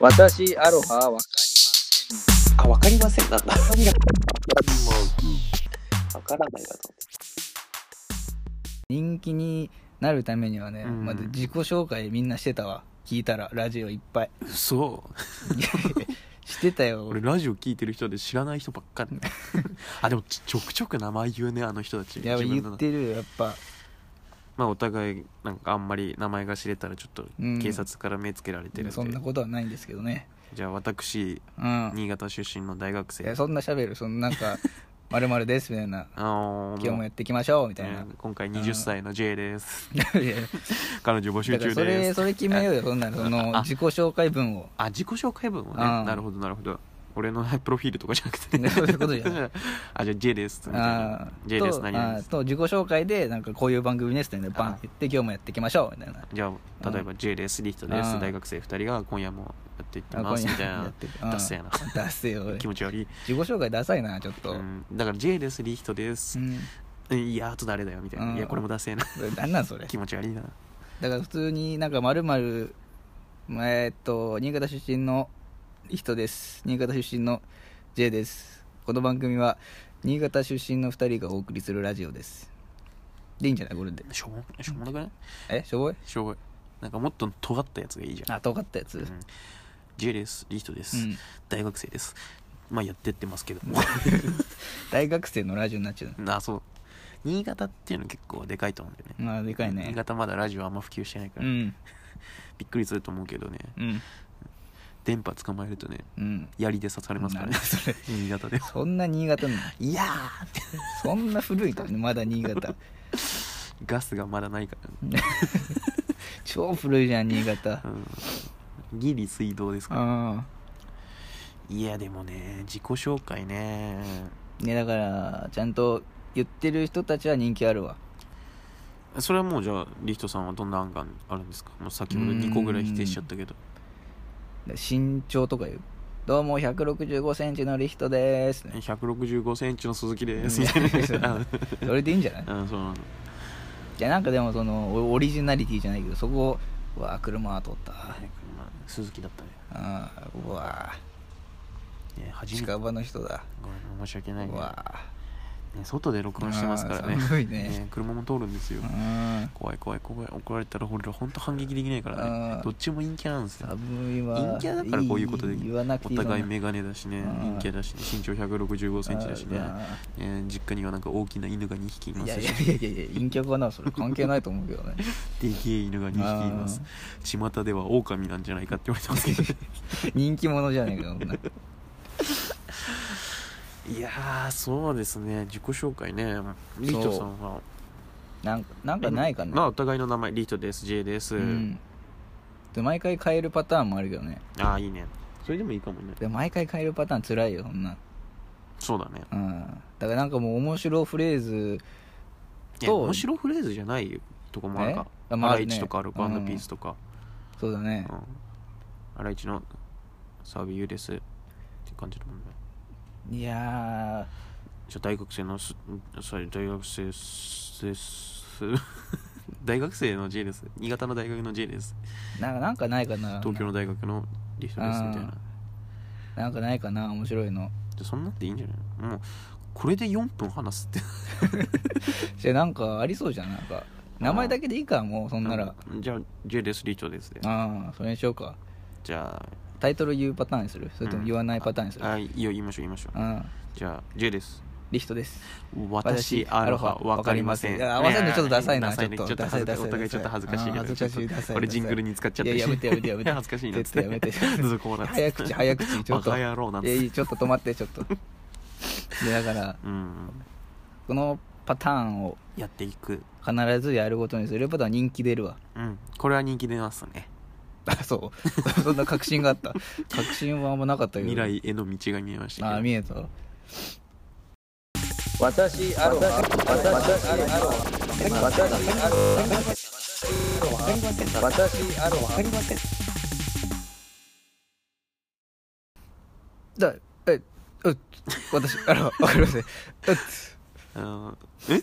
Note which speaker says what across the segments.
Speaker 1: 私、アロハ、わかりません。
Speaker 2: あ、わかりません。なんだ。何がわからないだと
Speaker 1: 人気になるためにはね、
Speaker 3: うん
Speaker 1: まず自己紹介みんなしてたわ。聞いたら、ラジオいっぱ い。
Speaker 3: そう
Speaker 1: してたよ。
Speaker 3: 俺ラジオ聞いてる人で知らない人ばっか りあでもちちょくちょく名前言うねあの人たち
Speaker 1: いや
Speaker 3: 自分
Speaker 1: 言
Speaker 3: の
Speaker 1: ってるよ、やっぱ。
Speaker 3: まあお互いなんかあんまり名前が知れたらちょっと
Speaker 1: うん
Speaker 3: 警察から目つけられてるんで、
Speaker 1: そんなことはないんですけどね。
Speaker 3: じゃあ私
Speaker 1: うん。
Speaker 3: 新潟出身の大学
Speaker 1: いや
Speaker 3: 生
Speaker 1: そんな喋る、そんななん か、まるですみたいな。
Speaker 3: あのー
Speaker 1: 今日もやっていきましょうみたいな
Speaker 3: ね。今回20歳の J です
Speaker 1: いや
Speaker 3: 彼女募集
Speaker 1: だから
Speaker 3: 中
Speaker 1: それ、
Speaker 3: です
Speaker 1: それ決めようよ、そんなの。その、
Speaker 3: あ
Speaker 1: 自己紹介文を。
Speaker 3: あ自己紹介文は
Speaker 1: うん
Speaker 3: ねなるほどなるほど俺のプロフィールとかじゃなくて
Speaker 1: ね そういうことじゃな
Speaker 3: あじゃあ J ですみたい
Speaker 1: あ
Speaker 3: な
Speaker 1: ー
Speaker 3: J です
Speaker 1: と
Speaker 3: 何々
Speaker 1: あ
Speaker 3: で
Speaker 1: ー
Speaker 3: す
Speaker 1: と自己紹介でなんかこういう番組ですってねバンって言って今日もやっていきましょうみたいな
Speaker 3: じゃあ例えば J ですリヒトです
Speaker 1: うん
Speaker 3: 大学生2人が今夜もやっていってますみたいなダッセーな
Speaker 1: 出せよおい
Speaker 3: 気
Speaker 1: 自己
Speaker 3: 持ち悪い
Speaker 1: 紹介ダサいなちょっと、う
Speaker 3: うんんだから J ですリヒトですうんいやあと誰だよみたい
Speaker 1: うん
Speaker 3: ないやこれもダセーな
Speaker 1: なんなんそれ
Speaker 3: 気持ち悪いな
Speaker 1: だから普通になんかまるまるえーっと新潟出身の人です新潟出身の J ですこの番組は新潟出身の2人がお送りするラジオですでいいんじゃないこれで
Speaker 3: しょうもしょうもなくない
Speaker 1: えしょぼい
Speaker 3: しょうがないなんかもっと尖ったやつがいいじゃん
Speaker 1: あ遠かったやつ、
Speaker 3: うん J ですリヒトです
Speaker 1: うん
Speaker 3: 大学生ですまあやってってますけど
Speaker 1: 大学生のラジオになっちゃう
Speaker 3: あそう新潟っていうの結構でかいと思うんだよね
Speaker 1: まあでかいね
Speaker 3: 新潟まだラジオあんま普及してないか
Speaker 1: う
Speaker 3: ら
Speaker 1: ん
Speaker 3: びっくりすると思うけどね
Speaker 1: うん
Speaker 3: 電波捕まえるとね
Speaker 1: うん
Speaker 3: 槍で刺されますからね
Speaker 1: なんだそれ
Speaker 3: 新潟で
Speaker 1: そんな新潟なの
Speaker 3: いやーって
Speaker 1: そんな古いとねまだ新潟
Speaker 3: ガスがまだないから、
Speaker 1: 超古いじゃん新潟
Speaker 3: うん、ギリ水道ですから
Speaker 1: うん
Speaker 3: いやでもね自己紹介ね
Speaker 1: ねだからちゃんと言ってる人たちは人気あるわ
Speaker 3: それはもうじゃあリヒトさんはどんな案があるんですかもう先ほど2個ぐらい否定しちゃったけど
Speaker 1: 身長とか言うどうも1 6 5センチのリヒトですね
Speaker 3: 1 6 5ンチの鈴木です
Speaker 1: い
Speaker 3: み
Speaker 1: や
Speaker 3: たいな
Speaker 1: それでいいん じゃない
Speaker 3: うんそうなの
Speaker 1: じゃあなんかでもそのオオリジナリティじゃないけどそこをうわあ車は通った
Speaker 3: まあ鈴木だったね
Speaker 1: あーうわあ
Speaker 3: いや初めて
Speaker 1: 近場の人だ
Speaker 3: ごめん申し訳ないうね
Speaker 1: わあ
Speaker 3: ね外で録音してますからね
Speaker 1: あー寒いね
Speaker 3: 車も通るんですよ
Speaker 1: うん
Speaker 3: 怖い怖い怖い怒られたら俺ら本当反撃できないか
Speaker 1: あ
Speaker 3: ら
Speaker 1: ー
Speaker 3: ねどっちも陰キャなんですよ
Speaker 1: 寒いわ
Speaker 3: 陰キャだからこういうことで
Speaker 1: 言わなく
Speaker 3: お
Speaker 1: ていい
Speaker 3: 互いメガネだしね
Speaker 1: あー
Speaker 3: 陰キャだしね身長1 6 5ンチだしね
Speaker 1: あ
Speaker 3: えー実家にはなんか大きな犬が2匹い
Speaker 1: ー
Speaker 3: ま
Speaker 1: いや
Speaker 3: す
Speaker 1: い
Speaker 3: し
Speaker 1: やいやいやいや陰キャかなそれ関係ないと思うけ どね
Speaker 3: でけえ犬が2匹います巷では狼なんじゃないかって言われてますけど
Speaker 1: 人気者じゃねえかそんない
Speaker 3: やーそうですね自己紹介ねリヒトさんは
Speaker 1: なんかなんかないかね
Speaker 3: まあお互いの名前リヒトです J です、
Speaker 1: うんで毎回変えるパターンもあるけどね
Speaker 3: ああいいねそれでもいいかもね
Speaker 1: で毎回変えるパターンつらいよそんな
Speaker 3: そうだね
Speaker 1: うんだからなんかもう面白フレーズ
Speaker 3: いや
Speaker 1: と
Speaker 3: 面白フレーズじゃないとこもあるか
Speaker 1: えあまあ
Speaker 3: ハ
Speaker 1: あ
Speaker 3: ラ
Speaker 1: る
Speaker 3: イ
Speaker 1: ね
Speaker 3: チとかアルコピースとか
Speaker 1: そうだね
Speaker 3: うんハライチのサービユーですって感じだもんね
Speaker 1: いや
Speaker 3: じゃあ大学生のすそれ大学生です 大学生の J です新潟の大学の J です
Speaker 1: ーなんかなんかないかな
Speaker 3: 東京の大学のリヒトですみたい
Speaker 1: あ
Speaker 3: な
Speaker 1: なんかないかな面白いの
Speaker 3: でそんなんでいいんじゃないのもうこれで4分話すって
Speaker 1: じゃあなんかありそうじゃんなんか名前だけでいいかもうそんなら
Speaker 3: うん じゃあ J ですリヒトですで
Speaker 1: ああそれにしようか
Speaker 3: じゃあ
Speaker 1: タイトル言うパターンにするそれとも言わないパターンにする、
Speaker 3: あいいよ言いましょう言いましょう
Speaker 1: うん、
Speaker 3: じゃあ J です
Speaker 1: リヒトです
Speaker 3: 私アロハわかりません
Speaker 1: いや合わせるのちょっとダサいな
Speaker 3: ねね
Speaker 1: ちょっと
Speaker 3: ちょっと恥ず
Speaker 1: ダサ
Speaker 3: か
Speaker 1: い
Speaker 3: しいお互いちょっと恥ずかしいけ
Speaker 1: ダ
Speaker 3: ど
Speaker 1: サい恥ずかしいダサい
Speaker 3: これジングルに使っちゃった
Speaker 1: いややめてやめてやめて
Speaker 3: 恥ずかしいな
Speaker 1: 絶対やめて
Speaker 3: どうぞこうな
Speaker 1: 早口早口ちょっと
Speaker 3: バカ野郎なん
Speaker 1: い
Speaker 3: て
Speaker 1: やいいちょっと止まってちょっとでだから
Speaker 3: うん
Speaker 1: このパターンを
Speaker 3: やっていく
Speaker 1: 必ずやることにすれば人気出 るわ
Speaker 3: うんこれは人気出ますね
Speaker 1: あそう そんな確信があった確信はあんまなかったけど
Speaker 3: 未来への道が見えましたけど
Speaker 1: ああ見えた
Speaker 4: 私アロハ私アロハ私アロハ私アロハ
Speaker 1: だえうっ私あらわかりませんうっ
Speaker 3: うんえ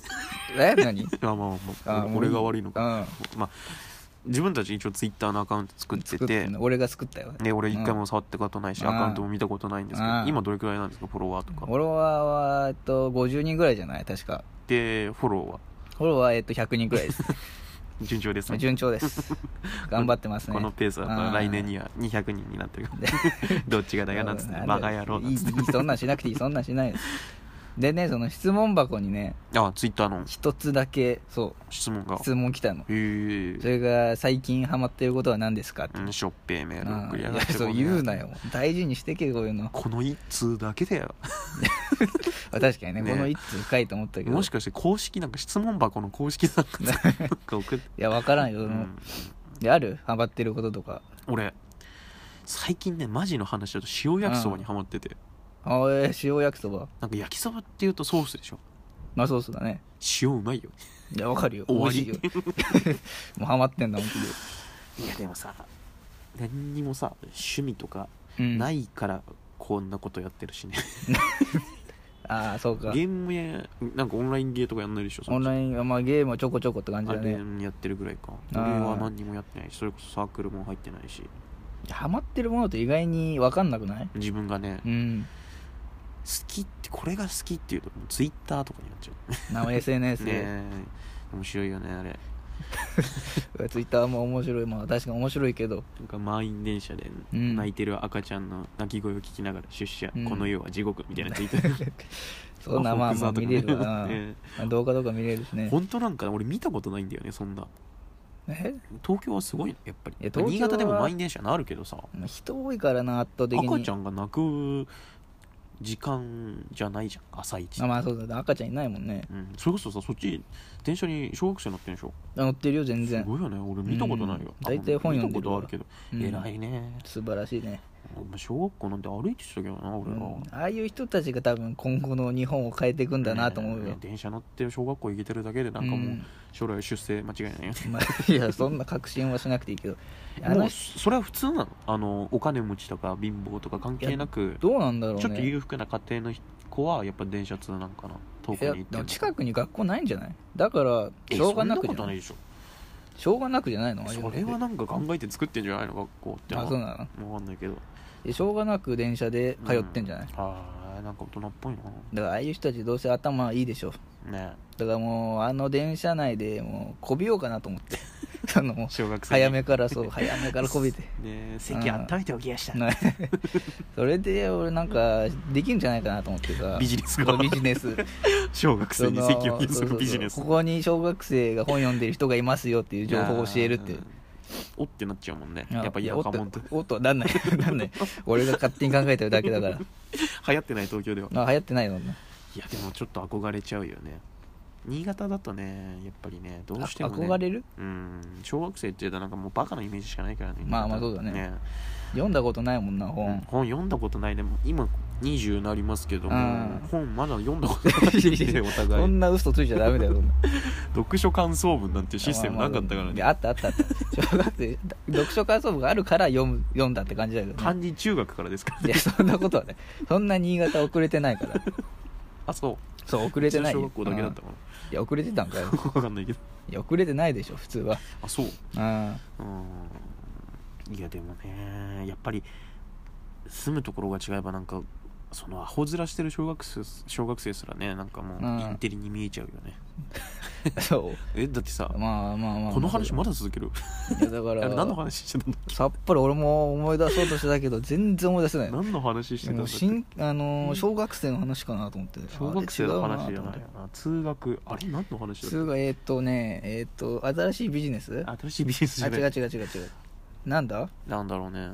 Speaker 1: え何
Speaker 3: あまあまあま あ
Speaker 1: あもういい
Speaker 3: 俺が悪いのか
Speaker 1: うん
Speaker 3: まあ自分たち一応ツイッターのアカウント作って
Speaker 1: 作って
Speaker 3: て
Speaker 1: んの俺が作ったよ
Speaker 3: で俺一回も触ったことないし、
Speaker 1: うん
Speaker 3: アカウントも見たことないんですけど、
Speaker 1: うん
Speaker 3: 今どれくらいなんですかフォロワーと
Speaker 1: フ
Speaker 3: か
Speaker 1: ォロワーは、えっと、50人ぐらいじゃない確か
Speaker 3: でフォローは
Speaker 1: フォロワーは、えっと、100人ぐら いです
Speaker 3: 順調ですね
Speaker 1: 順調です頑張ってますね
Speaker 3: このペースだ
Speaker 1: う
Speaker 3: と
Speaker 1: ん
Speaker 3: 来年には200人に なってるか
Speaker 1: で
Speaker 3: らどっちがだよなんつって
Speaker 1: うん
Speaker 3: バカ野郎なん
Speaker 1: いいいい
Speaker 3: つって
Speaker 1: そんなんしなくていいそんなんしないですでねその質問箱にね
Speaker 3: あツイッターの
Speaker 1: 一つだけそ
Speaker 3: 質問
Speaker 1: う
Speaker 3: がへ
Speaker 1: 質問来たのそ
Speaker 3: え
Speaker 1: れが最近ハマってることは何ですかって、
Speaker 3: しょっぺーメール
Speaker 1: あ
Speaker 3: 送
Speaker 1: ー
Speaker 3: りや
Speaker 1: い
Speaker 3: が
Speaker 1: や
Speaker 3: って
Speaker 1: そう
Speaker 3: この野郎
Speaker 1: 言うなよ大事にしてけこういうの
Speaker 3: この一通だけだよ
Speaker 1: あ確かにね
Speaker 3: ね
Speaker 1: この一通深いと思ったけど
Speaker 3: もしかして公式なんか質問箱の公式なんかなんか送って、
Speaker 1: いや分からんよ、
Speaker 3: う
Speaker 1: その
Speaker 3: ん
Speaker 1: であるハマってることとか
Speaker 3: 俺最近ねマジの話だと塩焼きそばにハマってて、
Speaker 1: あーえー塩焼きそば
Speaker 3: なんか焼きそばっていうとソースでしょ
Speaker 1: まあそうっすだね
Speaker 3: 塩うまいよ
Speaker 1: いや分かるよ
Speaker 3: 終わ
Speaker 1: 美味
Speaker 3: り
Speaker 1: しいよもうハマってんだ本
Speaker 3: いやでもさ何にもさ趣味とか
Speaker 1: 当に、うん、
Speaker 3: ないいからこんなことやってるしね、
Speaker 1: ああそうか
Speaker 3: ゲームやなんかオンラインゲーとかやんないでしょ
Speaker 1: オンラインはまあゲームはちょこちょこって感じ
Speaker 3: あ
Speaker 1: だ
Speaker 3: れ
Speaker 1: ね
Speaker 3: やってるぐらいか
Speaker 1: あ
Speaker 3: 俺
Speaker 1: ー
Speaker 3: は何にもやってないしそれこそサークルも入ってないし
Speaker 1: ハマってるものって意外に分かんなくない
Speaker 3: 自分がね
Speaker 1: う
Speaker 3: 好
Speaker 1: ん
Speaker 3: きってこれが好きっていうとツイッターとかになっちゃ
Speaker 1: な SNS
Speaker 3: う
Speaker 1: で、
Speaker 3: ねえ面白いよねあれ
Speaker 1: ツイッターも面白いまあ確かに面白いけど
Speaker 3: なんか満員電車で
Speaker 1: うん
Speaker 3: 泣いてる赤ちゃんの泣き声を聞きながら出社、
Speaker 1: うん
Speaker 3: この世は地獄みたいなツイッター
Speaker 1: そんなまあまあ
Speaker 3: 奥
Speaker 1: 見
Speaker 3: 座とかね
Speaker 1: れ るわ、
Speaker 3: ね
Speaker 1: まあ動画とか見れるしね
Speaker 3: 本当なんか俺見たことないんだよねそんな
Speaker 1: え
Speaker 3: 東京はすごいねやっぱり
Speaker 1: いや東京は
Speaker 3: 新潟でも満員電車なるけどさ
Speaker 1: まあ人多いからな圧倒的に
Speaker 3: 赤ちゃんが泣く時間じゃないじゃん朝一、
Speaker 1: あまあそうだ赤ちゃんいないもんね
Speaker 3: うん、それこそさそっち電車に小学生乗ってるでしょ
Speaker 1: あ乗ってるよ全
Speaker 3: す
Speaker 1: 然、
Speaker 3: ごいよね俺見たことないよ
Speaker 1: うん大体本読んでる
Speaker 3: 見たことあるけど、
Speaker 1: うん
Speaker 3: 偉いね
Speaker 1: 素晴らしいね、
Speaker 3: お前小学校なんて歩いてきたけどな
Speaker 1: う
Speaker 3: 俺は、
Speaker 1: ん、ああいう人たちが多分今後の日本を変えていくんだなと思うよ、
Speaker 3: ね電車乗って小学校行けてるだけでなんかもう、
Speaker 1: うん
Speaker 3: 将来出世間違いないよね
Speaker 1: まあ、いやそんな確信はしなくていいけ どあ
Speaker 3: も
Speaker 1: の
Speaker 3: う
Speaker 1: 人
Speaker 3: それは普通なのあのお金持ちとか貧乏とか関係なく
Speaker 1: どうなんだろうね
Speaker 3: ちょっと裕福な家庭の子はやっぱ電車通なんかな遠く
Speaker 1: い
Speaker 3: に
Speaker 1: や
Speaker 3: 行って
Speaker 1: でも
Speaker 3: の
Speaker 1: 近くに学校ないんじゃないだから
Speaker 3: え
Speaker 1: しょうがなくじゃ
Speaker 3: そんなこと
Speaker 1: な
Speaker 3: ない
Speaker 1: い
Speaker 3: でしょ
Speaker 1: しょうがなくじゃないのああいうの
Speaker 3: それはなんか考えて作ってんじゃないの学校って
Speaker 1: あそうなの
Speaker 3: わかんないけど
Speaker 1: でしょうがなく電車で通ってんじゃない、
Speaker 3: うああなんか大人っぽい
Speaker 1: だからああいう人たちどうせ頭いいでしょ
Speaker 3: なね
Speaker 1: だからもうあの電車内でもうこびようかなと思って あのもう
Speaker 3: 小学生に
Speaker 1: 早めからそう早めからこびて
Speaker 3: ね席温めておきやした
Speaker 1: なそれで俺なんかできんじゃないかなと思ってさ
Speaker 3: ビジネス
Speaker 1: そ
Speaker 3: が
Speaker 1: うビジネ ス
Speaker 3: 小学生に席
Speaker 1: その
Speaker 3: を譲
Speaker 1: そうそうそ
Speaker 3: る
Speaker 1: う
Speaker 3: ビジネス
Speaker 1: ここに小学生が本読んでる人がいますよっていう情報を教えるっていう
Speaker 3: いやーおってなっちゃうもんね
Speaker 1: あ
Speaker 3: やっぱ
Speaker 1: い
Speaker 3: 田
Speaker 1: おっ
Speaker 3: 舎
Speaker 1: と
Speaker 3: もんって
Speaker 1: おっとなんない なんない俺が勝手に考えてるだけだから
Speaker 3: 流行ってない東京では
Speaker 1: あ流行ってないのね
Speaker 3: いやでもちょっと憧れちゃうよね新潟だとねやっぱりねどうして
Speaker 1: あ
Speaker 3: も、ね、
Speaker 1: 憧れる
Speaker 3: うん小学生って言うとなんかもうバカなイメージしかないからね
Speaker 1: まあまあ
Speaker 3: 新潟
Speaker 1: そうだね読んだことないもんな
Speaker 3: う
Speaker 1: 本、
Speaker 3: ん本読んだことないね今20になりますけども、
Speaker 1: うん
Speaker 3: 本まだ読んだことないし、 ね、お互
Speaker 1: そ
Speaker 3: い
Speaker 1: んな嘘ついちゃダメだよそんな
Speaker 3: 読書感想文なんてシステムなかったから
Speaker 1: い
Speaker 3: ね
Speaker 1: やあったあったあ った小学生読書感想文があるから読む読んだって感じだけど、ね、
Speaker 3: 漢字中学からですから
Speaker 1: い
Speaker 3: ね
Speaker 1: やそんなことはねそんな新潟遅れてないから
Speaker 3: あそう
Speaker 1: そう遅れてないよ
Speaker 3: うちの小学校だけだった
Speaker 1: うん
Speaker 3: か
Speaker 1: いや遅れてたんかよ
Speaker 3: なわかんないけど
Speaker 1: いや遅れてないでしょ普通は
Speaker 3: あそう
Speaker 1: うん
Speaker 3: うんいやでもねやっぱり住むところが違えばなんかそのアホ面してる小学生小学生すらねなんかも
Speaker 1: うん
Speaker 3: うインテリに見えちゃうよね、
Speaker 1: そ
Speaker 3: えだってさ
Speaker 1: うまあまあまあまあ
Speaker 3: この話まだ続ける
Speaker 1: いやだか
Speaker 3: あれ
Speaker 1: ら
Speaker 3: 何の話してたんだ
Speaker 1: さっぱり俺も思い出そうとしてたけど全然思い出せない
Speaker 3: 何の話してたん
Speaker 1: も
Speaker 3: だ
Speaker 1: う
Speaker 3: っけ
Speaker 1: 新あのー小学生の話かなと思って
Speaker 3: 小学生の話じ
Speaker 1: あ
Speaker 3: ゃない
Speaker 1: れ違う
Speaker 3: よな通学あれ何の話だ
Speaker 1: 普通
Speaker 3: っ
Speaker 1: がえーっとねえーっと新しいビジネス
Speaker 3: け
Speaker 1: あ
Speaker 3: 新しいビジネスじ
Speaker 1: 違
Speaker 3: ゃ
Speaker 1: う
Speaker 3: ない
Speaker 1: 違う違う違う違うなんだ
Speaker 3: なんだろうね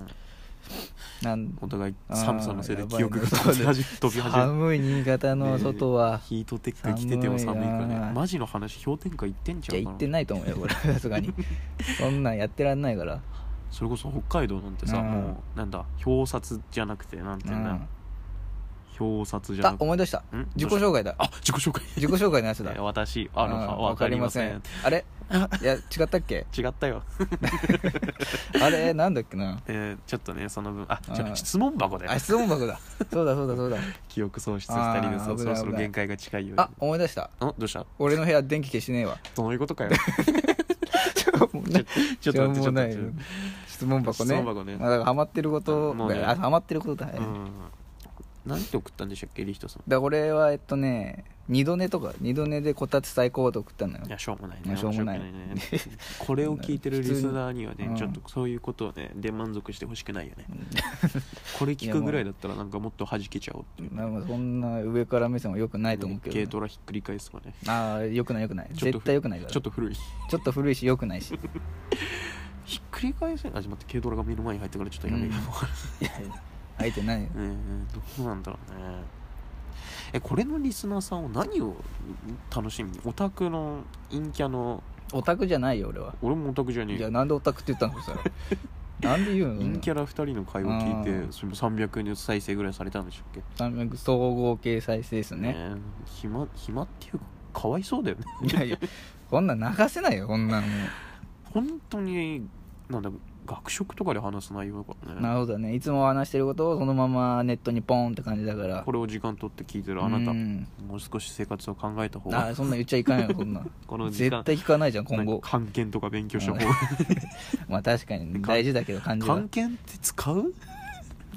Speaker 1: なん
Speaker 3: お互い
Speaker 1: あー
Speaker 3: 寒さのせいで
Speaker 1: やばい
Speaker 3: 記
Speaker 1: ね
Speaker 3: 憶が飛び始め飛び始め
Speaker 1: 寒い新潟の外は、
Speaker 3: ヒートテック着てても寒いから
Speaker 1: 寒いな
Speaker 3: ねマジの話氷点下行ってんち
Speaker 1: い
Speaker 3: ゃ
Speaker 1: や
Speaker 3: う
Speaker 1: 行
Speaker 3: か
Speaker 1: っ
Speaker 3: な
Speaker 1: てないと思うよ 俺さすがにそんなんやってらんないから
Speaker 3: それこそ北海道なんてさ、
Speaker 1: うん
Speaker 3: もうなんだ表札じゃなくてなんていうんだ、
Speaker 1: うん
Speaker 3: 表札じゃ
Speaker 1: あ
Speaker 3: なくて
Speaker 1: 思い出した
Speaker 3: ん
Speaker 1: 自己紹介だ
Speaker 3: あ自己紹介
Speaker 1: 自己紹介のやつだ
Speaker 3: え私あの
Speaker 1: うん
Speaker 3: わかりません
Speaker 1: わかあれ いや違ったっけ
Speaker 3: 違ったよ、
Speaker 1: あれなんだっけな
Speaker 3: えーちょっとねその分あ
Speaker 1: うん
Speaker 3: じゃあ質問箱だよ
Speaker 1: あ質問箱だそうだそうだそう だ
Speaker 3: 記憶喪失2人で
Speaker 1: あ
Speaker 3: さ
Speaker 1: ー
Speaker 3: そ
Speaker 1: 危ない
Speaker 3: ろそ
Speaker 1: 危
Speaker 3: ろ
Speaker 1: ない
Speaker 3: 限界が近いよ
Speaker 1: あ思い出した
Speaker 3: あどうした
Speaker 1: 俺の部屋電気消してねえわ
Speaker 3: どういうことかよ
Speaker 1: ちょもうな
Speaker 3: ちょっと待っ
Speaker 1: しょう
Speaker 3: て
Speaker 1: もない
Speaker 3: ちょっと待って
Speaker 1: 質問箱ね
Speaker 3: 質問箱ね
Speaker 1: まあ、だからハマってること
Speaker 3: もうね
Speaker 1: あハマってることだ、ね
Speaker 3: う
Speaker 1: だか
Speaker 3: ん何て送ったんでしたっけリヒトさん
Speaker 1: ら俺はえっとね二度寝とか二度寝でこたつ最高と食ったのよ
Speaker 3: いやしょうもない
Speaker 1: い
Speaker 3: ね
Speaker 1: やしょうもない
Speaker 3: 面白くね これを聞いてるリスナーにはね、
Speaker 1: うん
Speaker 3: ちょっとそういうことをねで満足してほしくないよね これ聞くぐらいだったらなんかもっと弾けちゃおうっていう
Speaker 1: まあまあそんな上から目線はよくないと思うけど、
Speaker 3: 軽トラひっくり返すとかね
Speaker 1: ああよくないよくない
Speaker 3: ちょっと
Speaker 1: 絶対よくないから
Speaker 3: ちょっと古い
Speaker 1: ちょっと古いしよくないし
Speaker 3: ひっくり返せあちょっと待って軽トラが目の前に入ったからちょっとやめよ
Speaker 1: 相手ないよ
Speaker 3: う、 うん、どうなんだろうねえこれのリスナーさんを何を楽しみにオタクの陰キャの
Speaker 1: オタクじゃないよ俺は
Speaker 3: 俺もオタクじゃねえ
Speaker 1: じゃ
Speaker 3: よ
Speaker 1: あなんでオタクって言ったのそれなんで言うの
Speaker 3: 陰キャラ2人の会話聞
Speaker 1: う
Speaker 3: い
Speaker 1: ん
Speaker 3: てそれも300人再生ぐらいされたんでしょうっ
Speaker 1: 300総合計再生数
Speaker 3: け
Speaker 1: ね
Speaker 3: え暇暇っていうかかわいそうだよね
Speaker 1: いやいやこんなん流せないよこんなんも
Speaker 3: 本当になんだ学食とかで話す内容だから
Speaker 1: う
Speaker 3: ね
Speaker 1: なるほどねいつも話してることをそのままネットにポーンって感じだから
Speaker 3: これを時間取って聞いてるあなた
Speaker 1: うん
Speaker 3: もう少し生活を考えた方
Speaker 1: あ
Speaker 3: が
Speaker 1: ーそんなん言っちゃいかんよ こんなん
Speaker 3: この時
Speaker 1: 絶
Speaker 3: 間
Speaker 1: 対聞かないじゃん
Speaker 3: な
Speaker 1: 今
Speaker 3: ん
Speaker 1: 後
Speaker 3: か漢検とか勉強した 方が
Speaker 1: まあ確かに大事だけど漢字は
Speaker 3: 漢検って使う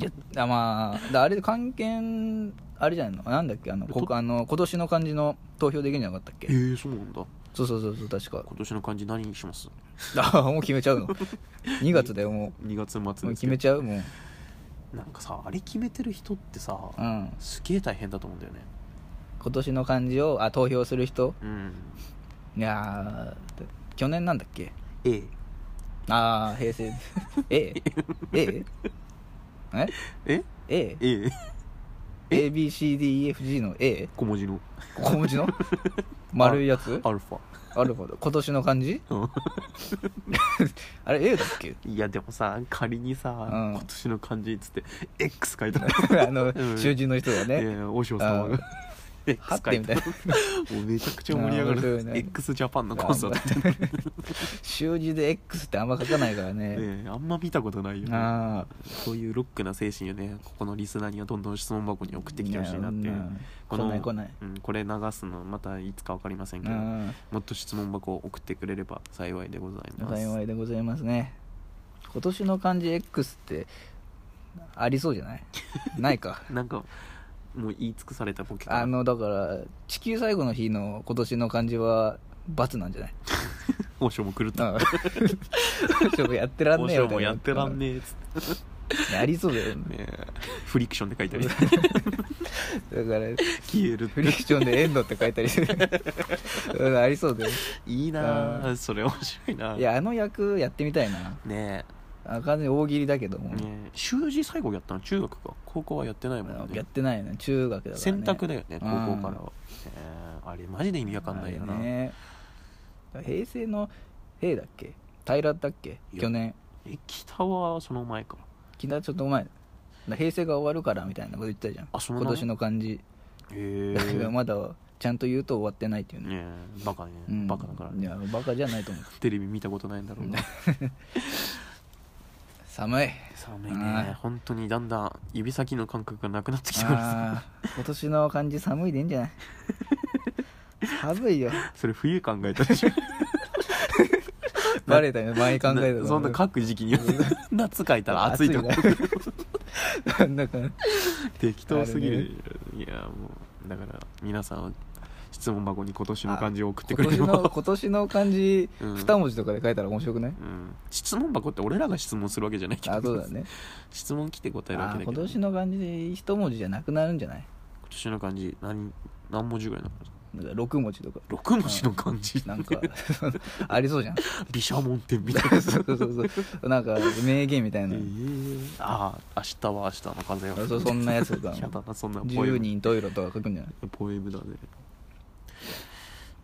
Speaker 1: いやあまあだあれ漢検あれじゃないのなんだっけあのこ
Speaker 3: と
Speaker 1: あの今年の漢字の投票できるんじゃなかったっ
Speaker 3: え
Speaker 1: け
Speaker 3: ー、そうなんだ
Speaker 1: そうそうそうそう確か
Speaker 3: 今年の漢字何にします
Speaker 1: あもう決めちゃうの2月だよも
Speaker 3: 2月
Speaker 1: う
Speaker 3: 末
Speaker 1: もう
Speaker 3: です
Speaker 1: 決
Speaker 3: けど
Speaker 1: めちゃうもう
Speaker 3: なんかさあれ決めてる人ってさ
Speaker 1: うん
Speaker 3: すげえ大変だと思うんだよね
Speaker 1: 今年の漢字をあ投票する人
Speaker 3: うん
Speaker 1: いやー去年なんだっけ
Speaker 3: A
Speaker 1: ああ平 成 A A え
Speaker 3: え
Speaker 1: A
Speaker 3: A
Speaker 1: A B C D E F G の A
Speaker 3: 小文字の
Speaker 1: 小文字 の丸いやつ
Speaker 3: アルファ
Speaker 1: アルファだ今年の漢字
Speaker 3: うん
Speaker 1: あれ A だっけ
Speaker 3: いやでもさ仮にさ、
Speaker 1: うん
Speaker 3: 今年の漢字っつって X 書いたら
Speaker 1: あの
Speaker 3: うん
Speaker 1: 囚人の人が
Speaker 3: いやい
Speaker 1: ね
Speaker 3: や和尚様
Speaker 1: うんは
Speaker 3: が
Speaker 1: っ
Speaker 3: X 書
Speaker 1: て
Speaker 3: い
Speaker 1: み
Speaker 3: た
Speaker 1: たい
Speaker 3: ら
Speaker 1: な
Speaker 3: もうめちゃくちゃ盛り上が
Speaker 1: うん面白い
Speaker 3: る、
Speaker 1: ね
Speaker 3: X ジャパンのコンサートって、
Speaker 1: 習字で X ってあんま書かないからね
Speaker 3: ねえあんま見たことないよね
Speaker 1: ああ
Speaker 3: そういうロックな精神をねここのリスナーにはどんどん質問箱に送ってきてほしいなって
Speaker 1: やこ
Speaker 3: この
Speaker 1: んな来ない来ない
Speaker 3: うん、これ流すのまたいつか分かりませんけども
Speaker 1: あ
Speaker 3: っと質問箱を送ってくれれば幸いでござい
Speaker 1: あ
Speaker 3: ます
Speaker 1: 幸いでございますね今年の漢字 X ってありそうじゃ ないないか
Speaker 3: なんかもう言い尽くされたボケかな
Speaker 1: あのだから地球最後の日の今年の漢字は×なんじゃない
Speaker 3: 王将も狂った
Speaker 1: ああちょっとやってらん
Speaker 3: 王
Speaker 1: ねえよ
Speaker 3: 将もやってらんねえっつっ
Speaker 1: えありそうだよね
Speaker 3: て、ねえフリクションで書いた り
Speaker 1: だから
Speaker 3: 消える
Speaker 1: フリクションでエンドって書いたりするうんありそうだよ
Speaker 3: いいなあそれ面白いない
Speaker 1: やあの役やってみたいな
Speaker 3: ね
Speaker 1: あ完全に大喜利だけども、
Speaker 3: えねえ習字最後やったの中学か高校はやってないもんね
Speaker 1: やってないよね中学だから、ね、
Speaker 3: 選択だよね
Speaker 1: う
Speaker 3: 高
Speaker 1: ん
Speaker 3: 校からは、えーあれマジで意味わかんないよな、
Speaker 1: あれね平成の平だっけ平だっけ
Speaker 3: いや
Speaker 1: 去年
Speaker 3: え北はその前か
Speaker 1: 昨日ちょっと前平成が終わるからみたいなこと言ってたじゃん
Speaker 3: あその
Speaker 1: 今年の漢字
Speaker 3: へ
Speaker 1: だけど
Speaker 3: え
Speaker 1: まだちゃんと言うと終わってないっていうね、
Speaker 3: ねえバカね、
Speaker 1: うん
Speaker 3: バカだから
Speaker 1: いやバカじゃないと思う
Speaker 3: テレビ見たことないんだろうな
Speaker 1: 寒い
Speaker 3: 寒い
Speaker 1: あ
Speaker 3: ね
Speaker 1: ー
Speaker 3: 本当にだんだん指先の感覚がなくなってきてま
Speaker 1: あー今年の漢字寒いでいいんじゃない寒いよ
Speaker 3: すそれ冬考えたでしょ
Speaker 1: バレたよ前に考えた
Speaker 3: な
Speaker 1: の
Speaker 3: そんな書く時期 に夏書いたら暑いと思う
Speaker 1: 暑いなだから
Speaker 3: 適当すぎる、いやもうだから皆さんは質問箱に今年の漢字を送ってく
Speaker 1: 今
Speaker 3: れ
Speaker 1: 年
Speaker 3: れば
Speaker 1: の今年の漢字
Speaker 3: うん
Speaker 1: 二文字とかで書いたら面白くない、
Speaker 3: うん、質問箱って俺らが質問するわけじゃないけど
Speaker 1: あそうだね
Speaker 3: 質問来て答えるわ
Speaker 1: あ
Speaker 3: け
Speaker 1: ー
Speaker 3: だけど
Speaker 1: 今年の漢字で一文字じゃなくなるんじゃない
Speaker 3: 今年の漢字何何文字ぐらいなの
Speaker 1: だから6文字とか
Speaker 3: 6文字の漢字
Speaker 1: なんかありそうじゃん
Speaker 3: 毘沙門天みたいな
Speaker 1: そうそうそうなんか名言みたいな、
Speaker 3: ああ明日は明日の風よ
Speaker 1: そうそんなやつとか
Speaker 3: やだなそんなポエ
Speaker 1: 10
Speaker 3: ム
Speaker 1: 人トイレとか書くんじゃない
Speaker 3: ポエムだね